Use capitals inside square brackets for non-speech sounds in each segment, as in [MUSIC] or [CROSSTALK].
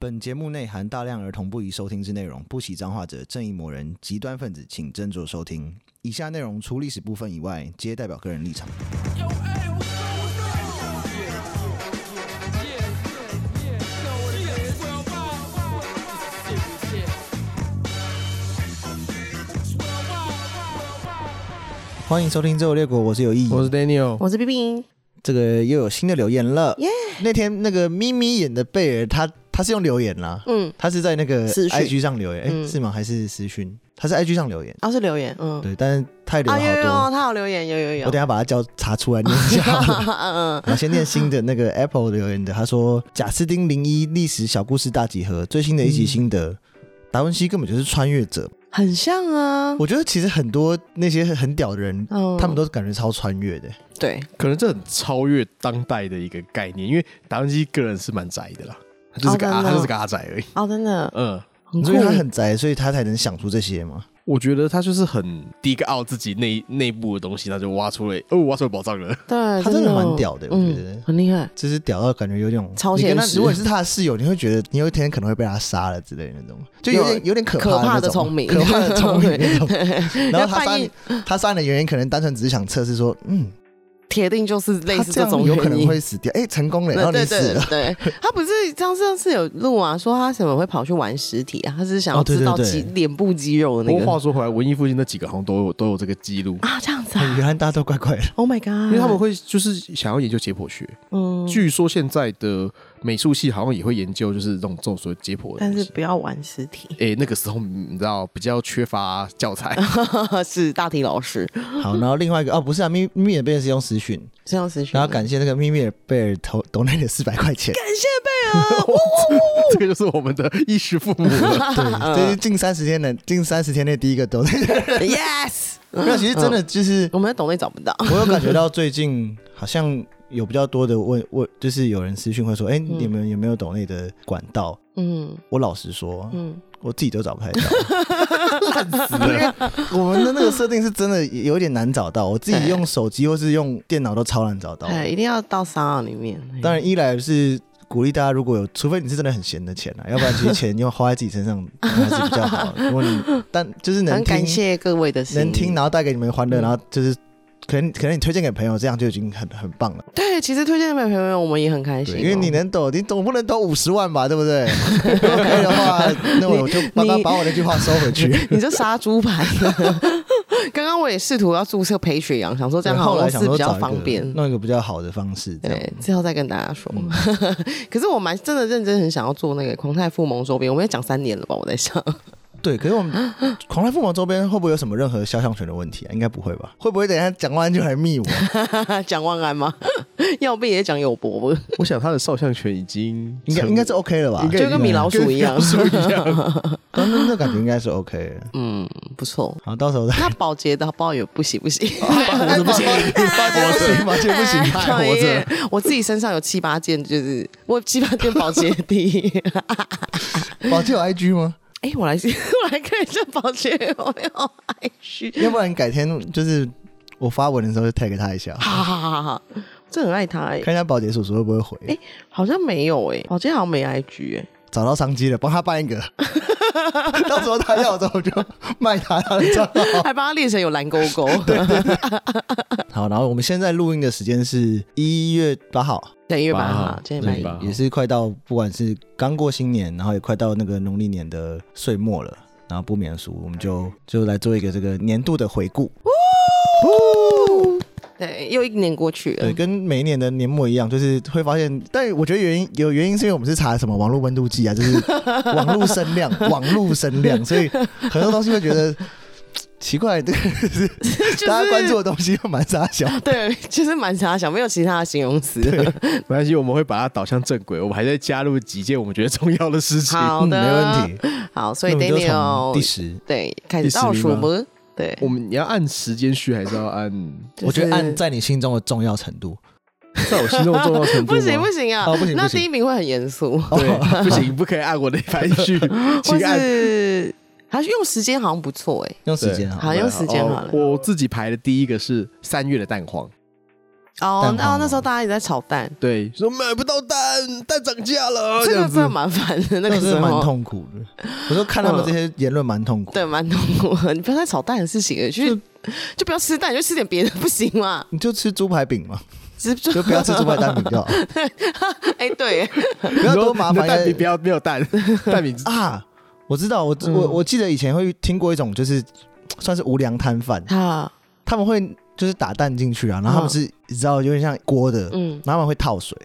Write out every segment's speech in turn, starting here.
本节目内含大量儿童不宜收听之内容，不喜脏话者、正义魔人、极端分子，请斟酌收听。以下内容除历史部分以外，皆代表个人立场。欢迎收听《周游列国》，我是有意义，我是 Daniel，我是冰冰，这个又有新的留言了。耶那天那个咪咪演的贝尔，他他是用留言啦，嗯，他是在那个私讯 IG 上留言，哎、嗯是吗？还是私讯？他是 IG 上留言，哦是留言，嗯，对，但是他也留啊了好有有多。有，他有留言，有有有，我等一下把它叫查出来念一 [LAUGHS] 下好了。嗯嗯我先念新的那个 Apple 留言的，他说：“贾斯汀零一历史小故事大集合最新的一集心得，达文西根本就是穿越者。嗯，很像啊，我觉得其实很多那些很屌的人，嗯他们都感觉超穿越的。对，可能这很超越当代的一个概念，因为达文西个人是蛮宅的啦，他就是个哦阿、真的他就是个阿宅而已。哦真的嗯，很酷所以，他很宅，所以他才能想出这些嘛。我觉得他就是很 dig out 自己内内部的东西，他就挖出了哦，挖出了宝藏了。对，他真的的蛮屌的我觉得嗯很厉害，就是屌到感觉有种超你跟他现实如果你是他的室友，你会觉得你有一天可能会被他杀了之类的那种，就有点有点可怕可怕的那的种聪明可怕的聪明那 [LAUGHS] 种。然后他杀半你夜，他杀你的原因可能单纯只是想测试说，嗯，铁定就是类他似这样种有原可能因会死掉，哎，成功了，然后对你对死对 [LAUGHS] 了。对，他不是上上次有录啊，说他怎么会跑去玩实体啊？他是想哦要对知道对对肌脸部肌肉的不那过话个说回来，文艺复兴那几个好像都有都有这个记录，啊，这样子哎啊原来大家都怪怪的， ，Oh my god，因为他们会就是想要研究解剖学。嗯，据说现在的美术系好像也会研究，就是这种这种所谓解剖的但东是西。不要玩实体， [LAUGHS] 哎、那个时候你知道比较缺乏教材，哦是大体老师好，然后另外一个哦，不是啊，咪咪尔贝尔是用私讯，这样子学然的，后感谢那个咪咪尔贝尔投抖那的四百块 [LAUGHS] 钱，感谢贝尔，哇 [LAUGHS] [LAUGHS] 这个就是我们的衣食父母了。对，这是近三十天的近三十天内第一个抖内 [LAUGHS] 的人。 Yes，那其实真的就是我们的董内找不到， [LAUGHS] 我有感觉到最近好像有比较多的问 [LAUGHS] 问，就是有人私讯会说，哎、你们有没有抖内的管道？嗯我老实说，嗯，我自己都找不太到， [LAUGHS] [LAUGHS] 烂死了。我们的那个设定是真的有点难找到，我自己用手机或是用电脑都超难找到。哎，一定要到商号里面，哎当然，一来是鼓励大家，如果有，除非你是真的很闲的钱啊，要不然其实钱用花在自己身上 [LAUGHS] 还是比较好。如果你但就是能很感听，谢嗯各位的心意能听，然后带给你们欢乐，然后就是可能可能你推荐给朋友，这样就已经很很棒了。对，其实推荐给朋友们，我们也很开心哦，对，因为你能抖，你总不能抖五十万吧，对不对？如果可以的话，那我就把它你把我那句话收回去。你这杀猪 [LAUGHS] 盘。刚刚我也试图要注册培雪羊，想说这样对好后来像想是说比较找一方个便。弄一个比较好的方式，这样对，之后再跟大家说。 [LAUGHS] 可是我蛮真的认真，很想要做那个狂泰富盟周边。我们要讲三年了吧？我在想， [LAUGHS] 对。可是我们狂来父母周边会不会有什么任何肖像权的问题啊？应该不会吧？会不会等一下讲完就来密我？讲万安吗？ [LAUGHS] 要不也讲有伯，我想他的肖像权已经应该成应该是 OK 了吧？应该就跟米老鼠一样。那那那感觉应该是 OK 的。嗯，不错。好，到时候再。那保洁的包也不行不行，我是不行，发现不 [LAUGHS] 行，发现不行，讨太活着厌。我自己身上有七八件，就是我有七八件保洁第 [LAUGHS] 一。宝洁有 IG 吗？哎、我来 [LAUGHS] 我来看一下保洁有没有 IG。要不然改天就是我发文的时候就 tag 他一下，哈哈哈哈！真的很爱他哎、看一下宝洁叔叔会不会回。好像没有哎、保洁好像没 IG 哎、找到商机了，帮他办一个。 [LAUGHS] 到时候他要的时候我就卖他他的账号。 [LAUGHS] 还把它列成有蓝勾勾。 [LAUGHS] 对， [LAUGHS] 好，然后我们现在录音的时间是一月八号，一月哦八八号号，今天礼拜哦对吧。一也是快到，不管是刚过新年，然后也快到那个农历年的岁末了，然后不免俗，我们就就来做一个这个年度的回顾。对，又一年过去了对，。跟每一年的年末一样，就是会发现，但我觉得原因有原因是因为我们是查什么网络温度计啊，就是 [LAUGHS] 网络声量，网络声量，所以很多东西会觉 [LAUGHS] 得奇怪，这个是就是大家关注的东西又蛮傻小。对， [LAUGHS] 就是蛮傻想，没有其他的形容词。没关系，我们会把它导向正轨，我们还在加入几件我们觉得重要的事情。好嗯，没的，问。题。好，所以那我们就从第 Daniel 十，对开第始十倒数名吗不？对，我们你要按时间序，还是要按就是我觉得按在你心中的重要程度。在我心中的重要程度不吗？行不行啊哦不行，那不行第一名会很严肃，对，不行，不可以按我的排序，或请按。是还是用时间好像不错哎。用时间好哈，用时间哦好了。我自己排的第一个是三月的蛋黄，哦蛋，那黄那时候大家也在炒蛋，对，说买不到到蛋，蛋涨价了，哦这这个样真子的蛮烦的，那那个个时是蛮候。痛苦的。我说看他们这些言论蛮痛苦，对，蛮痛苦的。 [LAUGHS] 你不要再炒蛋的事情了，去就不要吃蛋，你就吃点别的，不行吗？你就吃猪排饼嘛，只就不要吃猪排蛋饼就好， [LAUGHS] 哎，对耶，不要你多说麻你的烦蛋饼不要没有蛋，蛋饼啊！我知道，我嗯我我记得以前会听过一种，就是算是无良摊贩，他他们会就是打蛋进去啊，然后他们是你知道有点像锅的，嗯然后他们会套水，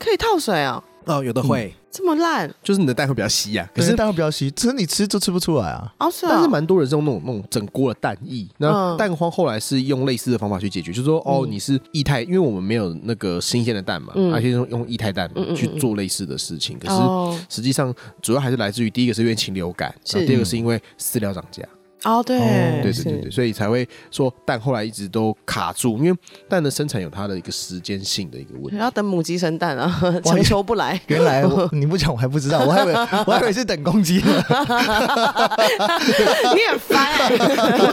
可以套水啊，哦，有的会，这么烂就是你的蛋会比较稀啊呀，可可是是。蛋会比较稀，只是你吃就吃不出来 [LAUGHS] 啊。哦，是啊，但是蛮多人是用那种那种整锅的蛋液，那嗯蛋荒后来是用类似的方法去解决，就是说哦，嗯你是液态，因为我们没有那个新鲜的蛋嘛，嗯而且用用液态蛋嘛嗯嗯嗯去做类似的事情。可是哦实际上主要还是来自于第一个是因为禽流感，是然后第二个是因为饲料涨价，哦，对哦对对是对对，所以才会说蛋后来一直都卡住，因为蛋的生产有它的一个时间性的一个问题。要等母鸡生蛋啊，哇强求不来。原来我 [LAUGHS] 你不讲我还不知道，我 [LAUGHS] 还以为我还以为是等公鸡呢。 [LAUGHS] 你很烦、欸，为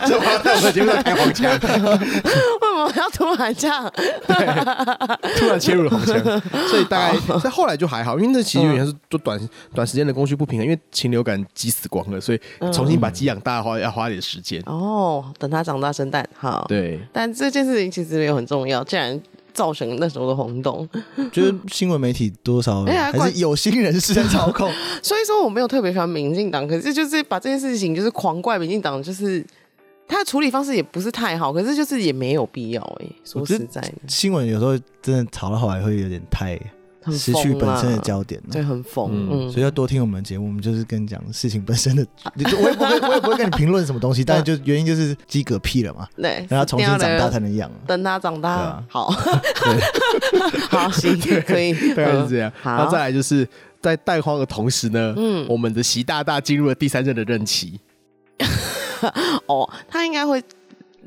这 [LAUGHS] 我们节目在开黄腔，什么要突然这样？ [LAUGHS] 突然切入了黄 [LAUGHS] 腔，所以大概在后来就还好，因为那嗯其实原先是就短短时间的供需不平衡，因为禽流感鸡死光了，所以重新把鸡养大的话要花点时间。哦，等它长大生蛋，好。对，但这件事情其实没有很重要，竟然造成那时候的轰动，就是新闻媒体多少哎呀还是有心人士在操 [LAUGHS] 控，所以说我没有特别喜欢民进党，可是就是把这件事情就是狂怪民进党，就是他的处理方式也不是太好，可是就是也没有必要哎、说我觉实得在的，新闻有时候真的吵到后来会有点太很失去疯啊本身的啦焦点了。对，很疯，嗯，所以要多听我们的节目，我们就是跟你讲事情本 [LAUGHS] 身的，你就我也不会，我也不会跟你评论什么东西，但是就原因就是鸡嗝屁了嘛，对，让它重新长死掉大了才能养啊。等它长大，对啊好，好行，可以，大概是嗯这样。好然后再来就是在蛋荒的同时呢，嗯，我们的习大大进入了第三任的任期，哦，他应该会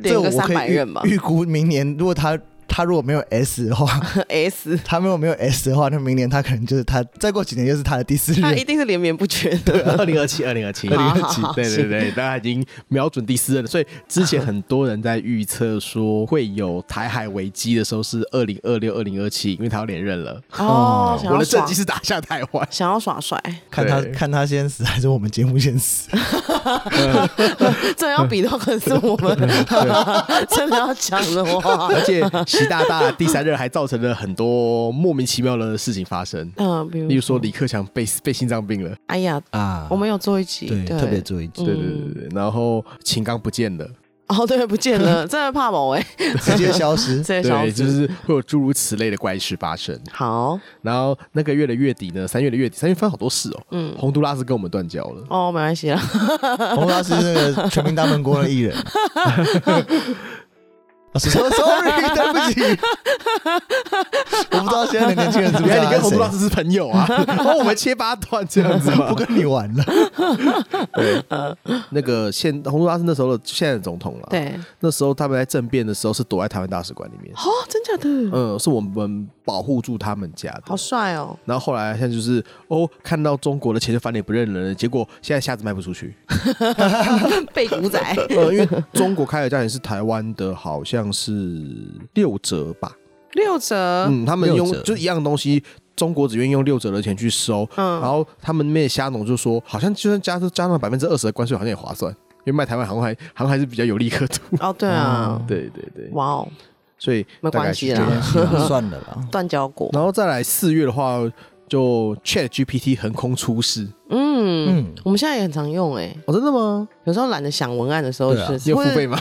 这连我个三可百以人吧预预估明年，如果他他如果没有 S 的话， [LAUGHS] ？S，他如果没有 S 的话，那明年他可能就是他再过几年就是他的第四他任一。定是连绵不绝的。二零二七，二零二七，好好好对对对，大家已经瞄准第四任了。所以之前很多人在预测说会有台海危机的时候是二零二六、二零二七，因为他要连任了。哦，想我要的政耍绩，是打下台湾，想要耍帅， [LAUGHS] 看他对看他先死还是我们节目先死？这要比的话，可能是我们 [LAUGHS] 真的要讲 [LAUGHS] 的话。而且习大大第三任还造成了很多莫名其妙的事情发生，嗯，比例如如，说李克强被被心脏病了，哎呀，啊我们有做一集，对特别注意，嗯对对对对，对然后秦刚不见了，哦，对，不见了，真的怕宝哎，直接消失。 [LAUGHS] 这个小对，就子是会有诸如此类的怪事发生。好然后那个月的月底呢，三月的月底，三月份好多事哦。嗯嗯，洪都拉斯跟我们断交 [LAUGHS] 了。哦，没关系啦，洪老师是那个全民大闷锅的艺人。 [LAUGHS] 我说 [LAUGHS] sorry，对 [LAUGHS] 不起，我不知道现在的年轻人知不知原道来你他跟洪是都拉谁，斯是朋友 [LAUGHS] 啊？哦，我们切八段这样子欸 [LAUGHS] 不吗？跟你玩了。对，那个现洪都拉斯那时候的现在的总统了。，嗯对，那时候他们在政变的时候是躲在台湾大使馆里面，哦，真假的，嗯，是我们保护住他们家的好。帅哦， [LAUGHS] 然后后来现在就是哦，看到中国的钱就翻脸不认人了，结果现在虾子卖不出 [LAUGHS] 去，背古仔， [LAUGHS] 呃，因为中国开的价钱是台湾的，好像是六折吧，六啊折，嗯，他们六用折就是一样东西，中国只愿意用六折的钱去收，嗯然后他们那些虾农就说，好像就算加加上百分之二十的关税，好像也划算，因为卖台湾航空还航空还是比较有利可图。哦，对啊，对对对，哇哦，所以没大概关是系啊这啦样对算了啦，断交果，然后再来四月的话，就 Chat GPT 横空出世嗯，嗯，我们现在也很常用哎，哦，真的吗？有时候懒得想文案的时候对啊就你是有付或者费吗？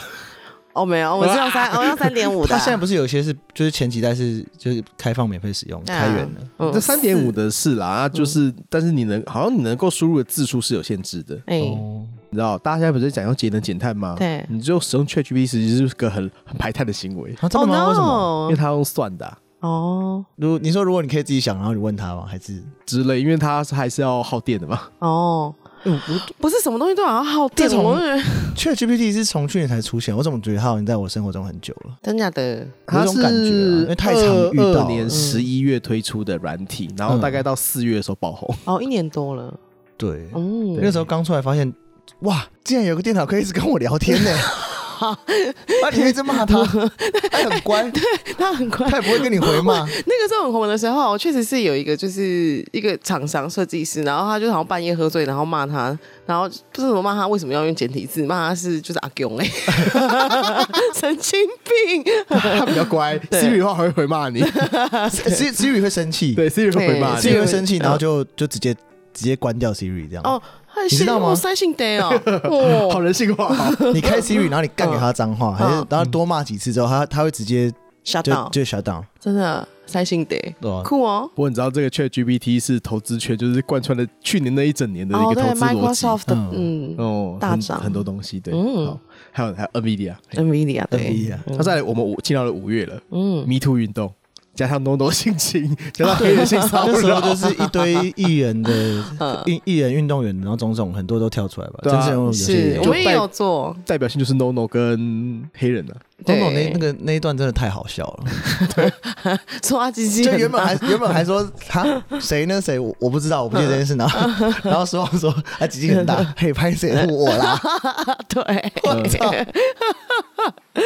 哦，没有，我是要三，我要三点五哦的 [LAUGHS] 他啊。现在不是有些是就是前几代是就是开放免费使用，对啊开源的。嗯这三点五，的是啦，啊就是、但是你能好像你能够输入的字数是有限制的，哎，哦，你知道？大家现在不是讲要节能减碳吗？对你就使用 ChatGPT 其实就是个很很排碳的行为，啊真的吗？为什么？因哦为它用算的啊、 no 哦如果你说如果你可以自己想，然后你问他吗？还是之类，因为它还是要耗电的嘛。哦，不是什么东西都好像耗电，这种我觉得 ChatGPT 是从去年才出现，我怎么觉得它好像在我生活中很久了？真假的有一种感觉啊因为太常遇到了二年十一月推出的软体，然后大概到四月的时候爆 [LAUGHS] 红。哦，一年多了，对，嗯， [LAUGHS] 那时候刚出来发现，哇，竟然有个电脑可以一直跟我聊天呢、他，啊，你一直骂他，他很乖，他很快他也不会跟你回骂。那个时候很红的时候，确实是有一个就是一个厂商设计师，然后他就好像半夜喝醉，然后骂他，然后不知道怎么骂他为什么要用简体字，骂他是就是阿囧哎、神经病。他比较乖，Siri 的话还会回骂 [LAUGHS] 你， Siri Siri 会生气，对 Siri 会回骂对你， ，Siri 会生气，然后就就直接直接关掉 Siri 这样。哦，你知道吗三性 [LAUGHS] day 哦，好哇，人性化哦。你开 [LAUGHS] Siri，然后你干给他脏话，还是嗯然后多骂几次之后，他他会直接吓就到，就 shut down，真的三性 day，对啊吧？酷哦。不过你知道这个 Chat GPT 是投资圈，就是贯穿了去年那一整年的一哦，个对投资逻辑。 ，Microsoft 的嗯嗯哦，大很涨很多东西，对，嗯好，还有还有 NVIDIA，哎，NVIDIA 对，对，那再来啊我们五进到了五月了嗯， ，Me Too 运动，加上 No No 性 [LAUGHS] 侵，加上黑人性骚那时候扰，就是一堆艺人的 [LAUGHS] 嗯艺艺人运动员，然后种种很多都跳出来吧，对真啊正有些是也有我们也就拜有做，代表性就是 No No 跟黑人 [LAUGHS] 啊，种种那对那个那一段真的太好笑了，搓阿鸡鸡就很大，原本还原本还说哈谁呢谁我我不知道我不记得这件事，然后 [LAUGHS] 然后说说啊几斤很大， [LAUGHS] 嘿拍谁是我啦，对， [LAUGHS] 我操，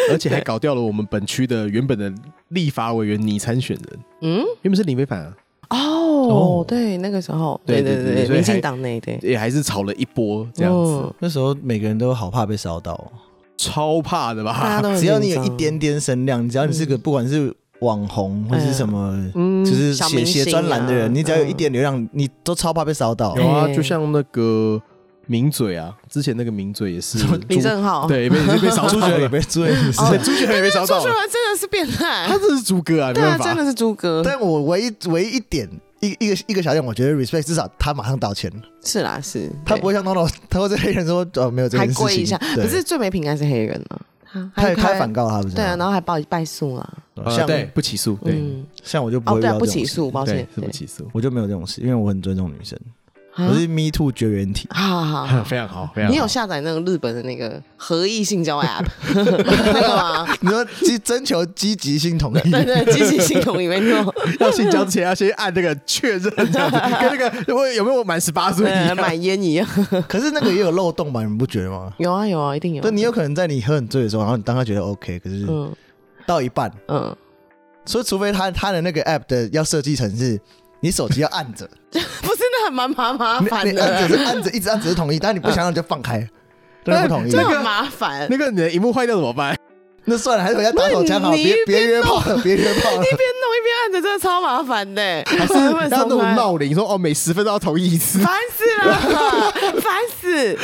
而且还搞掉了我们本区的原本的立法委员拟参选人， [LAUGHS] 嗯，原本是林非凡啊，哦，对，那个时候，对对对对对所以民进还党内对，也还是炒了一波这样子，嗯，那时候每个人都好怕被烧到哦，超怕的大家吧？都很只要你有紧一张点点声量，只要你是个不管是网红或是什么，嗯就是小写明星写专栏的人，啊你只要有一点流量，你都超怕被烧到。 [LAUGHS] 有啊，哎就像那个名嘴啊，之前那个名嘴也是李 [LAUGHS] 正哦浩，对，被被扫朱出觉去得也了， [LAUGHS] 被追，也 [LAUGHS] 是。对，朱雀也被扫 [LAUGHS] 说到出，来真的是 [LAUGHS] 变态他，这是猪哥啊，没对啊，办真法的。是猪哥，但我唯一唯一一点一一个一个小点，我觉得 respect 至少他马上道歉，是啦是，他对不会像 NONO，他会对黑人说呃没有这还件事情，跪一下，对可是最没品应该是黑人啊，他他他还反告他不是吗？对啊，然后还报败诉啦，呃像对，不起诉，对，嗯，像我就不哦会遇对到这啊，不种起事，诉，抱对歉，是不对起诉，我就没有这种事，因为我很尊重女生，啊我是 Me Too 绝缘 [LAUGHS] 体。好好 [LAUGHS] 好。非常好，非常好。你 [LAUGHS] 有下载那个日本的那个合意性交 app 那个吗？你说积征求积极性同意，对对，积极性同意没错，要性交之前要先按那个确认，这样子，跟那 [LAUGHS] 个我有没有呃满十八岁一对，样。买烟一样。可是那个也有漏洞吧？你们不觉得吗？有啊有啊，一 [LAUGHS] 定有。但你有可能在你喝很醉的时候，然后你当下觉得哦 OK，可是嗯到一半，嗯，所以除非他他的那个 app 的要设计成是你手机要按着，不是那很蛮麻麻你 [LAUGHS] 烦你按着的，是按着一直按着是同意，但你不想让就放 [LAUGHS] 开，但是不同意真，的很麻烦。 [LAUGHS] 那个你的荧幕坏掉怎么 [LAUGHS] 办？那算了，还是回家打手枪好，那你别一边别约炮了，别约炮了。一边弄一边按着，真的超麻烦的，还还是要那种闹铃，说哦每十分钟要同意一 [LAUGHS] 次。烦死了，烦死。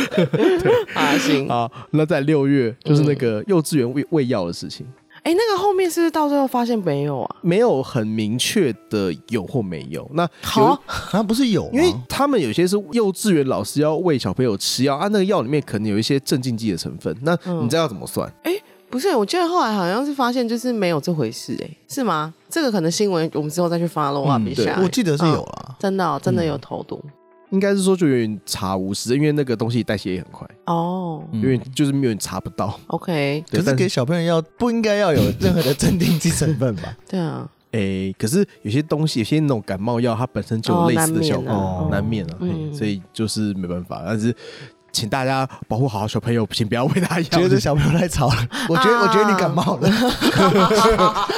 啊行，啊，那在六月就是那个幼稚园喂喂药的事情，哎，那个后面是不是到最后发现没有啊？没有很明确的有或没有。那有好，啊，不是有吗？因为他们有些是幼稚园老师要喂小朋友吃药啊，那个药里面可能有一些镇静剂的成分，那你知道要怎么算？哎不是，我记得后来好像是发现就是没有这回事，哎，是吗？这个可能新闻我们之后再去 follow 啊 up 嗯一对下。我记得是有啊嗯嗯，啦，真的哦真的有投毒应该是说就有点查无实，因为那个东西代谢也很快，哦。嗯因为就是没有人查不到。 OK，对可是但给小朋友要不应该要有任何的镇定剂成分 [LAUGHS] 吧？[LAUGHS] 对啊，诶、可是有些东西，有些那种感冒药，它本身就有哦类似的效果，难免啊难免啊，嗯嘿所以就是没办法。但是，请大家保护好小朋友，请不要喂他药。觉得小朋友太吵了，我觉得我觉得你感冒了，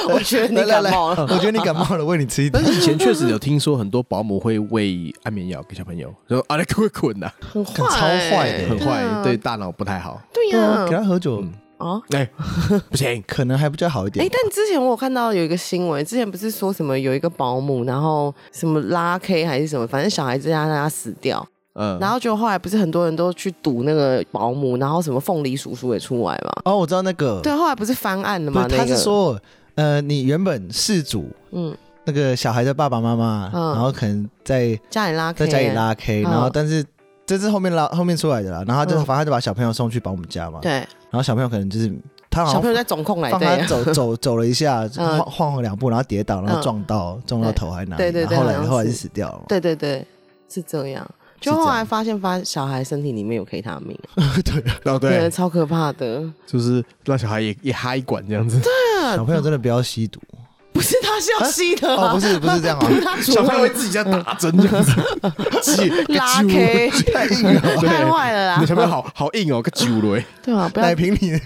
我啊觉得你来来感来，冒了。我觉得你感冒了，喂你吃一点但。 [LAUGHS] 是以前确实有听说很多保姆会喂安眠药给小朋友，说啊，你会困呐、很坏、超坏的很坏，啊对大脑不太好。 [LAUGHS] 对对呀、啊，给他喝酒嗯哦，哎、 [LAUGHS] 不行，可能还比较好一哎、点。但之前我有看到有一个新闻，之前不是说什么有一个保姆，然后什么拉 K 还是什么，反正小孩子让他死掉，嗯，然后就后来不是很多人都去赌那个保姆，然后什么凤梨叔叔也出来嘛，哦，我知道那个，对，后来不是翻案了不嘛？是，那他个是，说，呃，你原本事主嗯，那个小孩的爸爸妈妈，嗯然后可能在家里拉 K，在家里，拉 K，、嗯然后但是这是后面拉后面出来的啦，然后他就、嗯反正他就把小朋友送去保姆家嘛，然对，后小朋友可能就是他好小像朋友在总控来放的他呀，走走走了一下，啊嗯晃晃了两步，然后跌倒，然后撞到、撞到头还哪里，对对对然后后好来像后来就是死掉了嘛， [LAUGHS] 对对对，是这样。是就这样后来发现，发小孩身体里面有 K 他命，啊 [LAUGHS] 哦对，对，超可怕的。 [LAUGHS] 就是让小孩也也嗨一管这样子。小朋友真的不要吸毒，不是他是要吸的、啊哦，不是不是这样啊不，是 [LAUGHS] 他煮小朋友会的，自己在打针嗯 [LAUGHS] 这样子，鸡拉 K 太硬了吧。太坏了啦你小朋友好好硬哦，个酒 [LAUGHS] 类，对啊，不要奶瓶 [LAUGHS] 里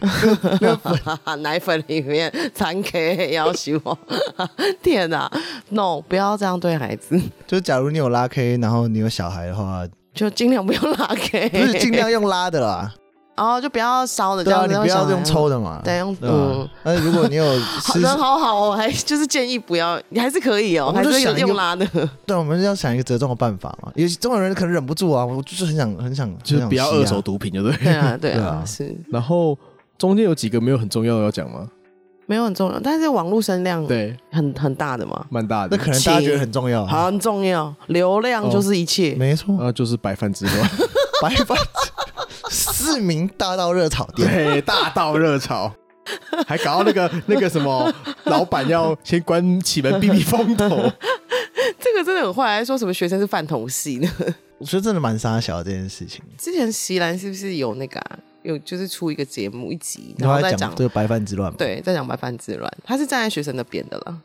那个粉，奶粉里面残 K 也要洗我， [LAUGHS] 天哪、n o 不要这样对孩子， [LAUGHS] 就是假如你有拉 K，然后你有小孩的话，就尽量不要拉 K，不是 [LAUGHS] 尽量用拉的啦，然后就不要烧的，这对啊，样你子不要用抽的，的嘛，对，用嗯吧。？那如果你有好吃，人好好哦，还就是建议不要，你还是可以哦，我还就是有想一个用拉的，对，啊我们要想一个折中的办法嘛。有些中国人可能忍不住啊，我就是很想很想，就是不要很二想吸啊手毒品，对不 [LAUGHS] 对？对啊，对对啊啊，是然后中间有几个没有很重要的要讲吗？没有很重要，但是网络声量对，很很大的嘛，蛮大嗯那的，可能大家觉得很重要啊，很重要，流量就是一切，没错，啊，就是白饭之乱， [LAUGHS] 白饭市民大道热炒店，对，大到热潮。还搞到那个那个什么，老板要先关起门避避风头， [LAUGHS] [LAUGHS] 这个真的很坏，还说什么学生是饭桶系呢？ [LAUGHS] 我觉得真的蛮沙小的这件事情。之前席兰是不是有那个、啊、有就是出一个节目一集，然然后后再哦在讲讲这个白饭之乱嘛，对，在讲白饭之乱，他是站在学生那边的啦。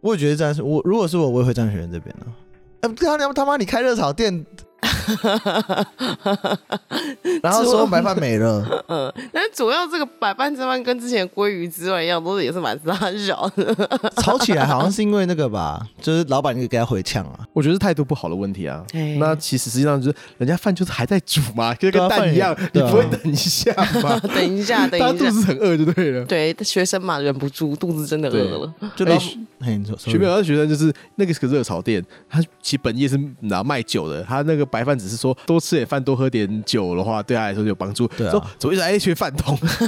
我也觉得站是我如果是我，我也会站学生这边的。哎，他娘他妈你开热炒 [LAUGHS] 店，然后说白饭没了，嗯，但是主要这个白饭之乱跟之前的鲑鱼之乱一样，都是也是蛮拉扰的。 [LAUGHS] 吵起来好像是因为那个吧，就是老板给他回呛啊，我觉得是态度不好的问题啊哎。？那其实实际上就是人家饭就是还在煮嘛，就对跟啊蛋一样饭也，你对啊啊不会等一下嘛 [LAUGHS] 等一下，等大家一肚下，子很饿就对了。对学生嘛，忍不住肚子真的饿了。就老哎嘿，你说学妹 sorry 有的学生就是那个是个热炒店，他其实本业是拿卖酒的，他那个白饭只是说多吃点饭，多喝点酒的话，对他来说有帮助。对啊说怎么一直来学饭桶？ [LAUGHS]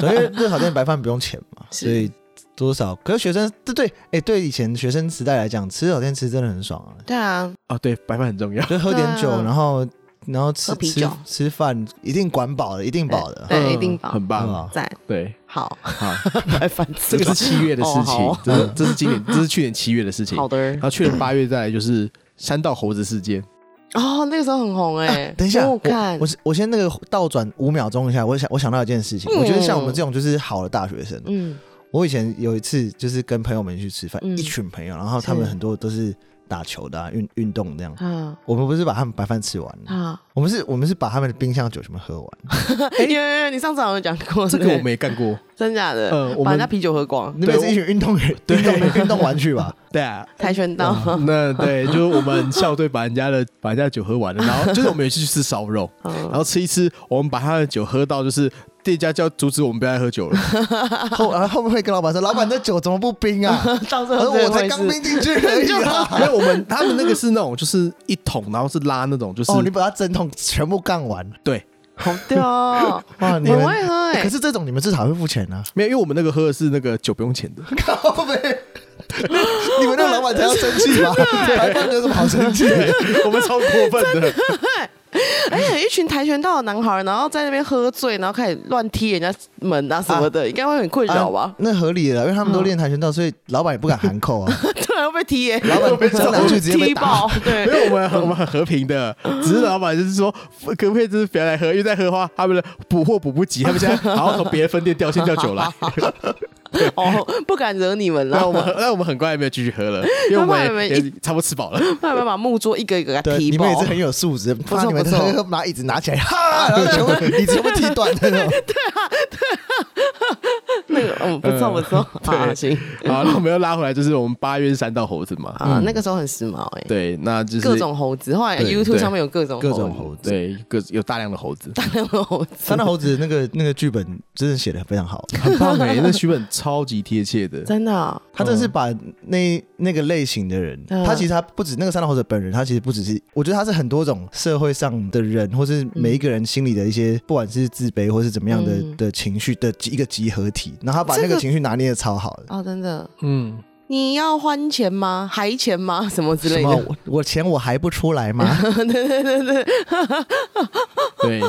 对因为热炒店白饭不用钱嘛， [LAUGHS] 是所以多少，可是学生对对，哎，对以前学生时代来讲，吃热炒店吃真的很爽啊，对啊，啊，对，白饭很重要。就喝点酒对啊，然后然后吃喝啤吃酒吃饭，一定管饱的，一定饱的， [LAUGHS] 对嗯一定吧很棒。啊，赞对， [LAUGHS] 好，好，白饭这之个是乱，七月的事哦好情哦，这是这是今年，这是去年七月的事情。好的然。后去年八月再来就是山道猴子事件，哦，那个时候很红哎，啊等一下，我我看我，是我先那个倒转五秒钟一下，我想我想到一件事情，我觉得像我们嗯这种就是好的大学生，嗯，我以前有一次就是跟朋友们去吃饭，嗯一群朋友，然后他们是很多都是打球的、啊、运运动这样。啊我们不是把他们白饭吃完，啊，我们是我们是把他们的冰箱酒全部喝完。哎有有有，你上次好像有讲过这个 [LAUGHS] 对我没干 [LAUGHS] 过。真假的，呃我把们人家啤酒喝光，你们是一群运动员，对运动员运动玩具 [LAUGHS] 吧？对啊，跆拳道，那对，就是我 [LAUGHS] 们校队把人家的把人家的酒喝完了，然后就是我们有一次去吃烧肉，嗯 [LAUGHS] 然后吃一吃，我们把他的酒喝到，就是店家叫阻止我们不要再喝酒了。啊后啊然后后面会跟老板说，老板这酒怎么不冰啊？ [LAUGHS] 到时他候说我才刚兵，冰进去 [LAUGHS] 而已啊。 [LAUGHS] 因为我们他们那个是那种就是一桶，然后是拉那种就是、哦，你把它整桶全部干完，对，好 [LAUGHS] 屌哦，哇！啊你我们欸很会喝哎，可是这种你们至少会付钱啊。没有，因为我们那个喝的是那个酒不用钱的，靠背， [LAUGHS] 你们那个老板才要生气 [LAUGHS] 吧？白饭有什么好生气？的？对，我们超过分的，而且哎一群跆拳道的男孩，然后在那边喝醉，然后开始乱踢人家门啊什么的，应该会很困扰啊吧？那合理了，因为他们都练跆拳道，所以老板也不敢喊扣啊。 [LAUGHS] 突然会被踢耶， [LAUGHS] 老板讲两句直接被嗯 [LAUGHS] 踢爆打。，因为对，我们很我们很和平的，只是老板就是说可不可以就是不要来喝，因为再喝的话他们的补货补不及，他们现在好好从别的分店调先调酒来。哦，不敢惹你们那我了。们那我们很快没有继续喝了，因为我那我们们也差不多吃饱了。慢慢把木桌一个一个给他对，踢你爆们，也是很有素质，不错你们不错喝拿椅子拿起来， [LAUGHS] 哈，然后全部椅子全部踢断那种。那个嗯，不错嗯不错， [LAUGHS] 好对行好，那我们又拉回来，就是我们八月是三道猴子嘛，嗯啊，那个时候很时髦哎，对，那就是各种猴子，后来对 YouTube 对上面 [LAUGHS] 有各种各种猴子对各有大量的猴子，大量的猴子，三大猴子那个那个剧本真的写的非常好，很棒哎、那徐本超级贴切的，真的啊他真的是把那那个类型的人，嗯他其实他不止那个三大猴子本人，他其实不只是，我觉得他是很多种社会上的人，或是每一个人心里的一些，不管是自卑或是怎么样的、嗯的情绪的一个集合体，然后他把那这个个情绪拿捏的超好的。哦，真的，嗯，你要还钱吗？还钱吗？ [LAUGHS] 什么之什类么？的，我我钱我还不出来吗？ [LAUGHS] 对，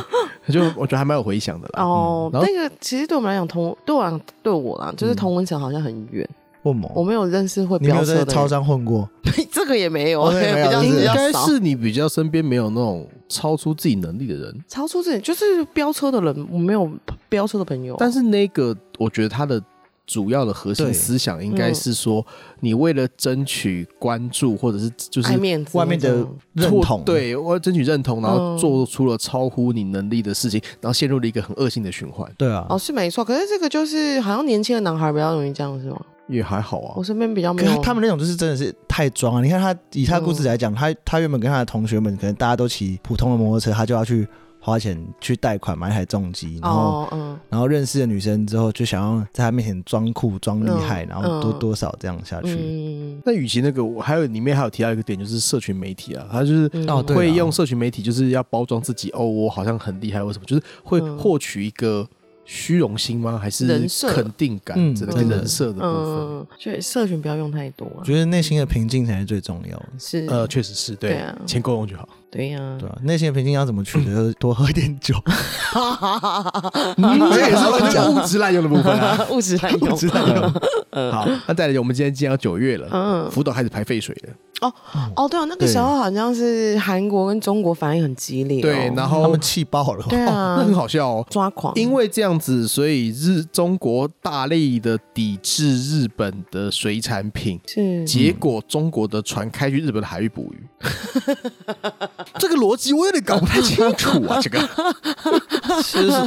就我觉得还蛮有回响的啦。嗯哦，然后那个其实对我们来讲，同对我来讲对我啦，就是同温层好像很远，我 [LAUGHS] 某，我没有认识会嗯你没飙有车在的人，超商混过？ [LAUGHS] 这个也没有，哦 [LAUGHS] 对没有比较是应比该较少。是你比较身边没有那种超出自己能力的人，超出自己就是飙车的人，我没有飙车的朋友啊，但是那个我觉得他的主要的核心对思想应该是说，你为了争取关注或者是就是爱面子外面那的种认错同，，对，我要争取认同，然后嗯做出了超乎你能力的事情，然后陷入了一个很恶性的循环，对啊哦，，是没错，可是这个就是好像年轻的男孩比较容易这样是吗？也还好啊我。身边比较没可是有，他们那种就是真的是太装啊了。你看他以他的故事嗯来讲，他他原本跟他的同学们，可能大家都骑普通的摩托车，他就要去花钱去贷款买一台重机，然后、哦嗯然后认识了女生之后，就想要在她面前装酷装厉害，嗯然后多嗯多少这样下去。嗯那与其那个，我还有里面还有提到一个点，就是社群媒体啊，他就是嗯哦对啦会用社群媒体，就是要包装自己哦，我好像很厉害，为什么？就是会嗯获取一个虚荣心吗？还是人设肯定感嗯这个真的人设的部分？嗯，所以社群不要用太多啊我，觉得内心的平静才是最重要的，是呃，确实是嗯对对啊，钱够用就 [LAUGHS] 好。对呀，对吧、内心的平静要怎么取得？就是多喝一点酒，嗯，这也是我觉讲得物质滥用的部分啊。物质滥用，知道 [LAUGHS] 吗？好，那再来，我们今天进到九月了，嗯福岛开始排废水了。 [COUGHS] 哦，对啊，那个时候好像是韩国跟中国反应很激烈哦，对，然他后们气爆了。 [LAUGHS] 对哦，啊那，很好笑哦。抓狂，因为这样子，所以日中国大力的抵制日本的水产品，是结果中国的船开去日本的海域捕鱼。 [LAUGHS] 这个逻辑我有点搞不太清楚啊，这个 [LAUGHS]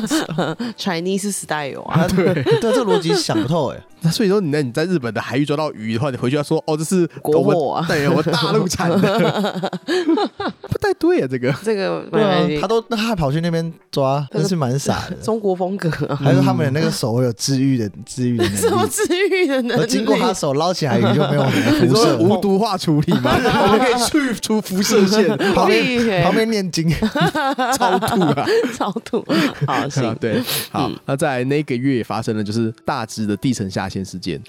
Chinese style 啊，啊，对对，这个逻辑想不透哎、那所以说你那你在日本的海域抓到鱼的话，你回去要说哦，这是国货我啊们对，我们大陆产的， [LAUGHS] 不太对啊，这个这个对啊蛮，他都那他还跑去那边抓，真是蛮傻的。中国风格啊，还是他们的那个手有治愈的治愈的 [LAUGHS] 什能么力，治愈的能而力？嗯啊经过他手捞起来鱼就没有你辐说无射。毒化处理 [LAUGHS] 嘛，我们可以去除辐射线，旁厉害边旁边念 [LAUGHS] 经，超吐啊。。超土，好嗯行对，好，那在那个月也发生了就是大直的地层下陷事件，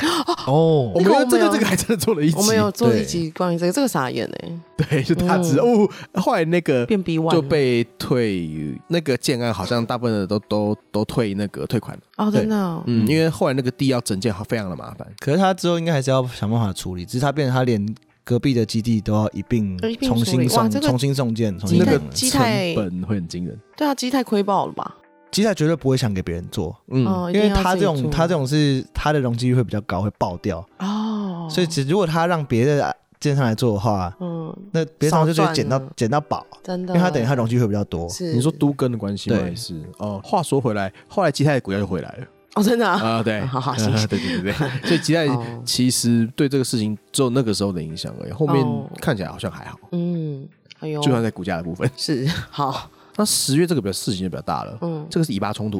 哦我那们个用这我们有个这个还真的做了一集，我们有嗯做一对集关于这个，这个傻眼哎、对，就大直哦，后来那个变 B one 就被退，那个建案好像大部分的都都都退那个退款了，哦，真的哦、嗯，哦因为后来那个地要整建好非常的麻烦，可是他之后应该还是要想办法处理，只是他变成他连隔壁的基地都要一并一并重处理新哇送这个重新送件，重新那弄个了基成泰本会很惊人，对啊，基泰亏爆了吧？基泰绝对不会想给别人做，嗯，哦，一因定为要他这自己种做他这种是他的容积率会比较高，会爆掉，哦，所以只如果他让别的建商来做的话，嗯，那别的商就直接捡到少赚了捡到宝，真因的，为他等于他容积率会比较多。哦是你说都跟的关系吗？对还是哦，话说回来，后来基泰的股价就回来了。哦，真的啊，啊，对， [LAUGHS] 好好呃行行 [LAUGHS] 对对对 [LAUGHS] 对，所以吉泰哦其实对这个事情只有那个时候的影响而已，后哦面看起来好像还好，嗯，哎呦就，算在股价的部分。是好，那十月这个比较事情就比较大了，嗯，这个是以巴冲突，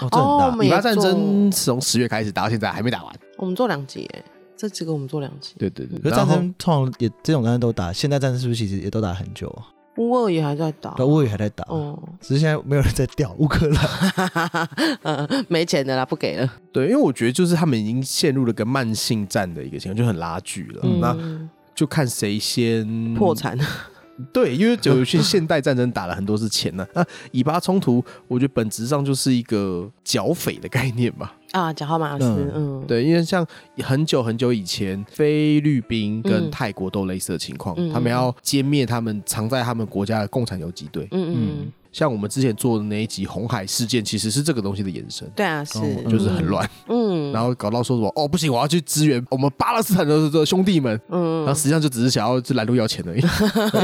哦，这很哦我大。们以也巴战做争从十月开始打到现在还没打完，我们做两集哎、这几个我们做两集，对对对，可是然战后争通常也这种战争都打，现代战争是不是其实也都打很久啊？乌二也还在打，但乌克兰还在啊打，哦，只是现在没有人在屌乌克兰。哈哈哈，呃，没钱的啦，不给了，对，因为我觉得就是他们已经陷入了个慢性战的一个情况，就很拉锯了，那嗯嗯就看谁先 [LAUGHS] 破。产，对，因为有些现代战争打了很多是钱呢、那以巴冲突，我觉得本质上就是一个剿匪的概念吧。啊，讲号马斯，嗯，对，因为像很久很久以前，菲律宾嗯跟泰国都有类似的情况，嗯嗯他们要歼灭他们藏在他们国家的共产游击队。嗯嗯，像我们之前做的那一集红海事件，其实是这个东西的延伸，对啊，是，哦就是很乱，嗯，嗯，然后搞到说什么哦不行，我要去支援我们巴勒斯坦的的兄弟们，嗯，然后实际上就只是想要就拦路要钱而已。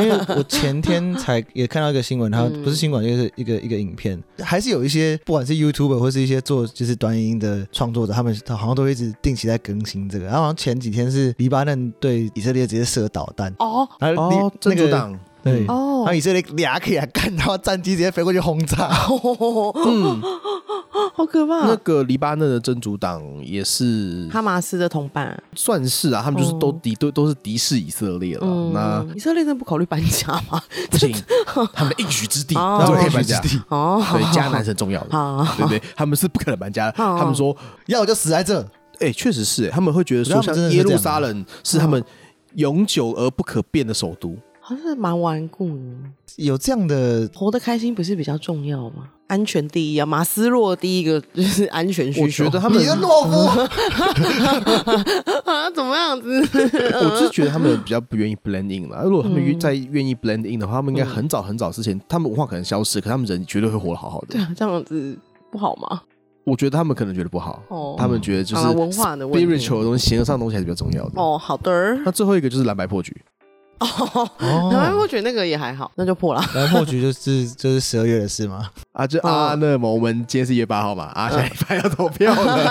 因为我前天才也看到一个新闻，它嗯不是新闻，就是一个一个影片，还是有一些不管是 YouTuber 或是一些做就是短影音的创作者，他们好像都一直定期在更新这个。然后好像前几天是黎巴嫩对以色列直接射导弹，哦然后黎、那真主个党，对，然哦后，以色列俩起来干，然后战机直接飞过去轰炸。嗯， [LAUGHS] 好可那怕！个黎巴嫩的真主党也是哈马斯的同伴，算是啊，他们就是都哦敌都都是敌视以色列了，那嗯，以色列真的不考虑搬家吗？ [LAUGHS] 不行，他们的应许之地，哦他们对可以搬家应许之。哦，对，迦南是很重要的，啊，对对，他们是不可能搬家的。哦他们说，要我就死在这，哎，确实是，他们会觉得我说，觉得他像们真的是耶路撒冷是他们永久而不可变的首都。好像是蛮顽固的，有这样的活得开心不是比较重要吗？安全第一啊，马斯洛第一个就是安全需我求。觉得他们，懦夫。 [LAUGHS] 啊，怎么样子？我是觉得他们比较不愿意 blend in 了。如果他们呃嗯在愿意 blend in 的话，他们应该很早很早之前，他们文化可能消失，可他们人绝对会活得好好的对。啊，这样子不好吗？我觉得他们可能觉得不好，哦他们觉得就好啦是文化的问题 spiritual 的东西、形而上的东西还是比较重要的。哦，好的儿。那最后一个就是蓝白破局，哦，哦台湾破 [LAUGHS] 局那个也还好，那就破了。 [LAUGHS] 然后破局就是就是十二月的事 [LAUGHS] 嘛，啊，就哦嗯啊，那么我们今天是一月八号嘛，啊，下礼拜要投票 [LAUGHS] 了，对，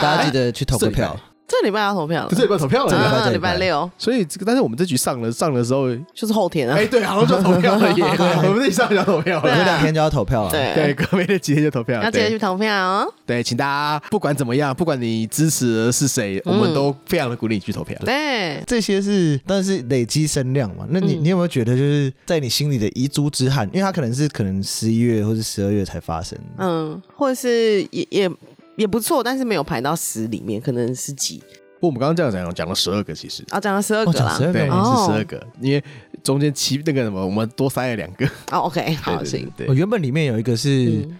大家记得去投个票。这礼拜要投票了，这礼拜投票这礼了。拜啊这礼拜礼拜六所以这个，但是我们这局上了上的时候，就是后天啊哎，。对，好像就要投票了 [LAUGHS] 耶，我们这局上就要投票对隔了，啊两天就要投票了，，对，对，隔没那几天就投票要了，记得对去投票哦。对，请大家不管怎么样，不管你支持的是谁，嗯我们都非常的鼓励你去投票。对，这些是但是累积声量嘛。那你、嗯你有没有觉得就是在你心里的遗珠之憾？因为它可能是可能十一月或是十二月才发生，嗯，或者是也也也不错，但是没有排到十里面，可能是几不过我们刚刚这样讲，讲了十二个，其实啊，讲了十二哦，个讲啦十。二对，月是吗。哦十二个，因为中间七那个什么，我们多塞了两个。哦，OK，[LAUGHS] 好，对行，，对我对原本里面有一个是，嗯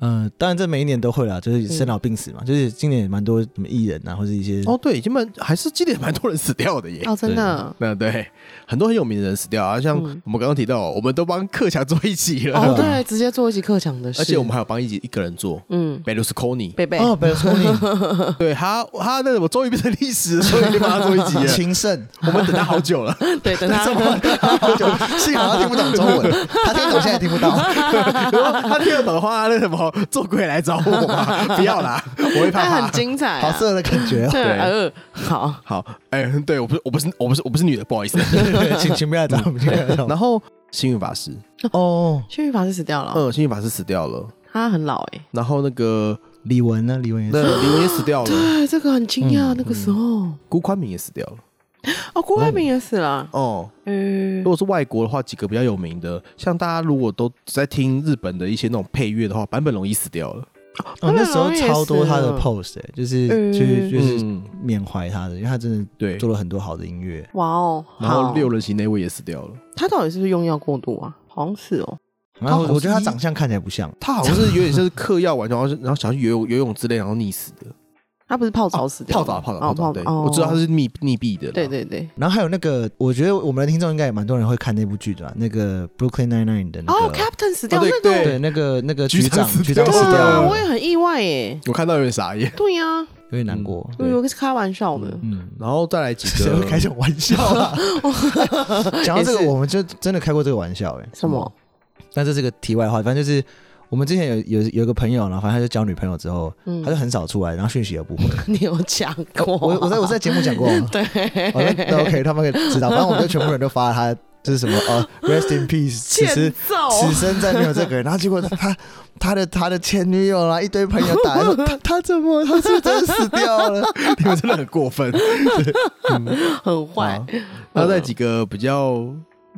嗯，当然这每一年都会啦，就是生老病死嘛，就是今年也蛮多什么艺人啊，或者一些对哦，对，已经蛮还是今年蛮多人死掉的耶。哦，真的，那对，很多很有名的人死掉啊，像我嗯们刚刚提到，我们都帮克强做一集了，哦，对，直接做一起克强的 [LAUGHS] 事，而且我们还有帮一集一个人做嗯，贝鲁斯科尼，贝贝，哦，贝尔托尼、对他他那什么终于变成历史了，终于帮他做一集 [LAUGHS] 了，情圣，我们等他好久了。 [LAUGHS] 对，等他，幸好他听不懂中文，他听懂现在听不到。 [LAUGHS] 然后他听得懂的话，那什么做鬼来找我嘛，不要啦，我会怕但怕很。精彩好啊，色的感觉哦！对，对呃，好，好，哎、对我不是我不是我不是我不是女的，不好意思。 [LAUGHS] 请请不要找我们，请不要找我们然后幸运法师，哦。幸运法师死掉了，嗯，幸运法师死掉了，他很老哎，然后那个李玟呢？李玟也那是。李玟也死掉 [GASPS] 了，对，这个很惊讶，那个时候，辜宽敏也死掉了。嗯哦，郭台铭也死了，哦，嗯如，果是外国的话，几个比较有名的，像大家如果都在听日本的一些那种配乐的话，坂本龙一死掉了。哦，那时候超多他的嗯 post，、欸、就是嗯就是就是嗯，缅怀他的，因为他真对的。做了很多好的音乐。哇哦，然后好六人行那位也死掉了，他到底是不是用药过度啊？好像是哦，然后好像我觉得他是长相看起来不像，他好像是有点像是嗑药完，然后然后想去游泳游泳之类，然后溺死的。他不是泡澡死泡掉的澡吗，啊，泡澡，哦泡澡，对，哦我知道他是密密闭的啦，对对对，然后还有那个，我觉得我们的听众应该也蛮多人会看那部剧的、啊，那个 Brooklyn Nine Nine 的那哦个， ，Captain 死啊掉对那个，对对那个那个局局长长死局掉长死对掉啊，了我，也很意外耶，我看到有点傻眼。对呀，有点难过。我以为是开玩笑的，嗯，然后再来 [LAUGHS] 几谁个会，开这种玩笑 [LAUGHS] 啊？讲到这也个，是我们就真的开过这个玩笑哎、欸什么？但这是个题外话，反正就是我们之前有有有一个朋友，然后反正他就交女朋友之后，嗯他就很少出来，然后讯息也不回。嗯 [LAUGHS] 你有讲 [LAUGHS] 过？我我在我在节目讲过吗，对，哦，那那 OK，他们可以知道。反正我们就全部人都发他就是什么呃，rest in peace，此时 [LAUGHS] 欠揍，此生再没有这个人。然后结果他他的他的前女友啦，一堆朋友打来说他他怎么他是不是真的死掉了？你们真的很过 [LAUGHS] 分。很坏好，然后再几个比较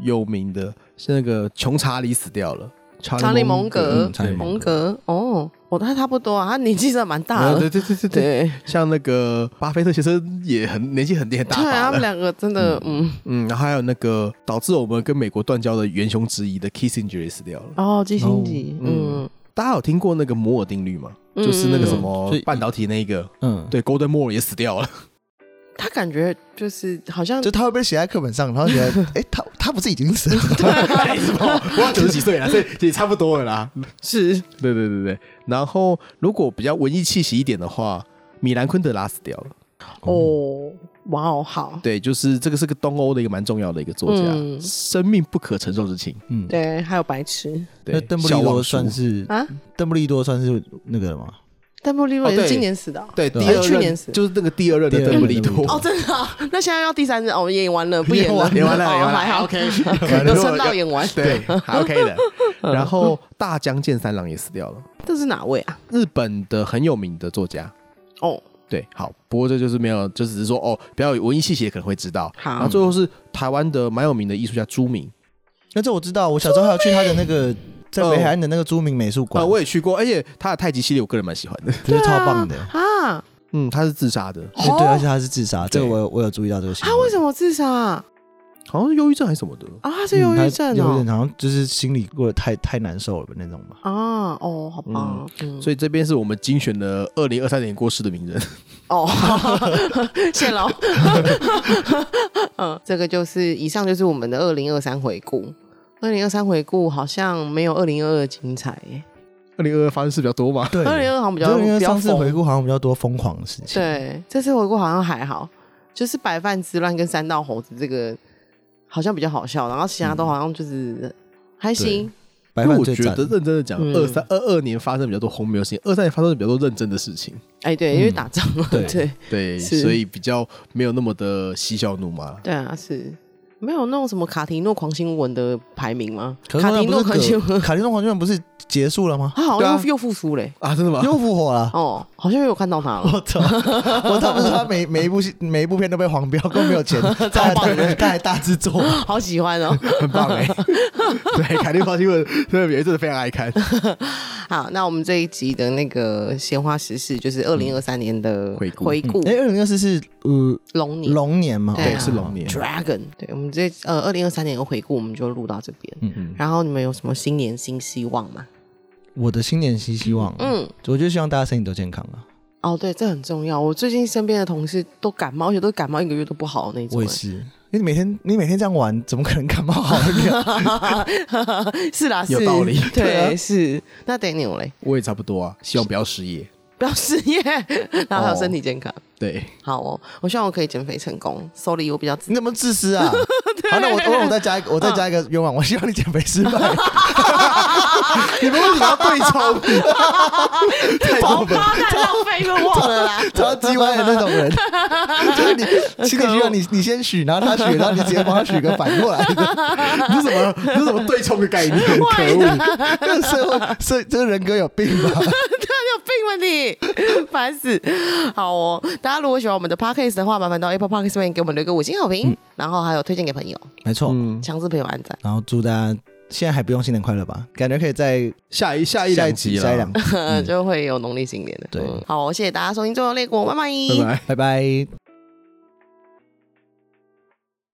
有名的，是那个穷查理死掉了，查理蒙格嗯查理蒙蒙格，格哦，我他差不多啊，他年纪真的蛮大啊对的，对对对对，对像那个巴菲特先生也很年纪很很对，大他把了。们两个真的，嗯，嗯，然后还有那个导致我们跟美国断交的元凶之一的 Kissinger 也死掉了。哦，基辛吉，嗯嗯，大家有听过那个摩尔定律吗？嗯就是那个什嗯么所以半导体那一个， [LAUGHS] 嗯，对，Golden Moore 也死掉了。他感觉就是好像就他会被写在课本上，然后觉得哎、他他不是已经死 [LAUGHS] 了？ [LAUGHS] 哎什么？我要九十几岁了，所以也差不多了啦。是对对对对。然后如果比较文艺气息一点的话，米兰昆德拉死掉了。哦，哇哦，好，对，就是这个是个东欧的一个蛮重要的一个作家，嗯生命不可承受之轻。嗯，对，还有白痴，那对，邓布小利王多叔算是啊邓布利多算是那个了吗？邓布利多哦也是对今年死的啊。对第对啊二任去年死就是那个第二任的第二邓任布利邓布利多。多哦，真的、啊？ [LAUGHS] 那现在要第三任哦，演完了，不演了， [LAUGHS] 演完了，哦演完了，还好 OK， [LAUGHS] 有撑到演完。对，还 OK [LAUGHS] 的。然后大江健三郎也死掉了，这是哪位啊？日本的很有名的作家。哦，对，好，不过这就是没有，就只是说哦，比较有文艺气息的可能会知道。好然后最后是台湾的蛮有名的艺术家朱明，那这我知道，我小时候还有去他的那个在北海岸的那个著名美术啊、馆，我也去过，而且他的太极系列我个人蛮喜欢的。觉得超棒的。啊啊！嗯，他是自杀的，哎对，哦而且他是自杀，这个我有我有注意到这个新闻。他为什么自杀啊？好像是忧郁症还是什么的。啊他是忧嗯郁症他忧郁哦症。好像就是心里过得太太难受了吧那种嘛。啊，哦，好吧，嗯，所以这边是我们精选的二零二三年过世的名人。哦， [LAUGHS] 谢喽。 [LAUGHS] 嗯，这个就是以上就是我们的二零二三回顾。二零二三回顾好像没有二零二二精彩耶。二零二二发生事比较多嘛。对，二零二好像比较就因为比较上次疯回顾好像比较多疯狂的事情。对，这次回顾好像还好，就是白饭之乱跟三道猴子这个好像比较好笑，然后其嗯他都好像就是、还行。白因为饭我最觉赞得。认真的讲，嗯二三二二年发生比较多荒谬的事情，二三年发生比较多认真的事情，哎，嗯对，因为打仗嘛，对对对，是所以比较没有那么的嬉笑怒骂。对啊，是没有那种什么卡提诺狂新闻的排名吗？可是卡那啊提不诺是狂新葛闻，卡提诺狂新闻不是结束了吗？他好对啊像又又复 [LAUGHS] 苏嘞。啊，真的吗？又复活 [LAUGHS] 了。哦，好像有看到他了。 [LAUGHS] 我操！啊我他们说他每每一部戏每一部片都被黄标，都没有 [LAUGHS] 钱，他还大他还大制作，好喜欢哦！ [LAUGHS] 很棒 [LAUGHS] 哎、对，凯蒂发新闻真的也真的非常爱看好，那我们这一集的那个闲话时事就是二零二三年的回顾回顾哎，二零二四是呃龙年龙年嘛？对啊哦是龙年 Dragon。对，我们这呃二零二三年的回顾我们就录到这边。嗯嗯，然后你们有什么新年新希望吗？我的新年新希望，嗯，嗯，我就希望大家身体都健康啊。哦，对，这很重要。我最近身边的同事都感冒，而且都感冒一个月都不好的那种。我也是，因为你每天你每天这样玩，怎么可能感冒 [LAUGHS] 好得了？ [LAUGHS] 是啦，是有道理对，对啊是。那 Daniel [LAUGHS] 嘞，我也差不多啊，希望不要失业。不要失业，然后还有身体健康。对， [LAUGHS] 好哦，我希望我可以减肥成功。Sorry，我比较自你怎么自私啊？好，那我我我再加一嗯个，我再加一个愿望，我希望你减肥失败。 [LAUGHS] 你们为什么要对照比？ [LAUGHS] 太好过分了！吧，太浪费愿望了啦。超级歪的那种 [LAUGHS] 人，就是你心里需要你你先许，然后他许，然后你直接帮他许个反过来的，[LAUGHS] 你是什么？你是什么对冲的概念？ [LAUGHS] 可坏恶！的，这个社会这这个人格有病吧？对，有病啊吧你？烦死！好哦，大家如果喜欢我们的 podcast 的话，麻烦到 Apple Podcast 上面给我们留个五星好评，然后还有推荐给朋友，没错，嗯，强制朋友按赞。然后祝大家现在还不用新年快乐吧？感觉可以在下一下一下两一集集了，下一两集，嗯就会有农历新年的。对嗯好，谢谢大家收听《最后列国》，拜拜，拜拜拜。拜。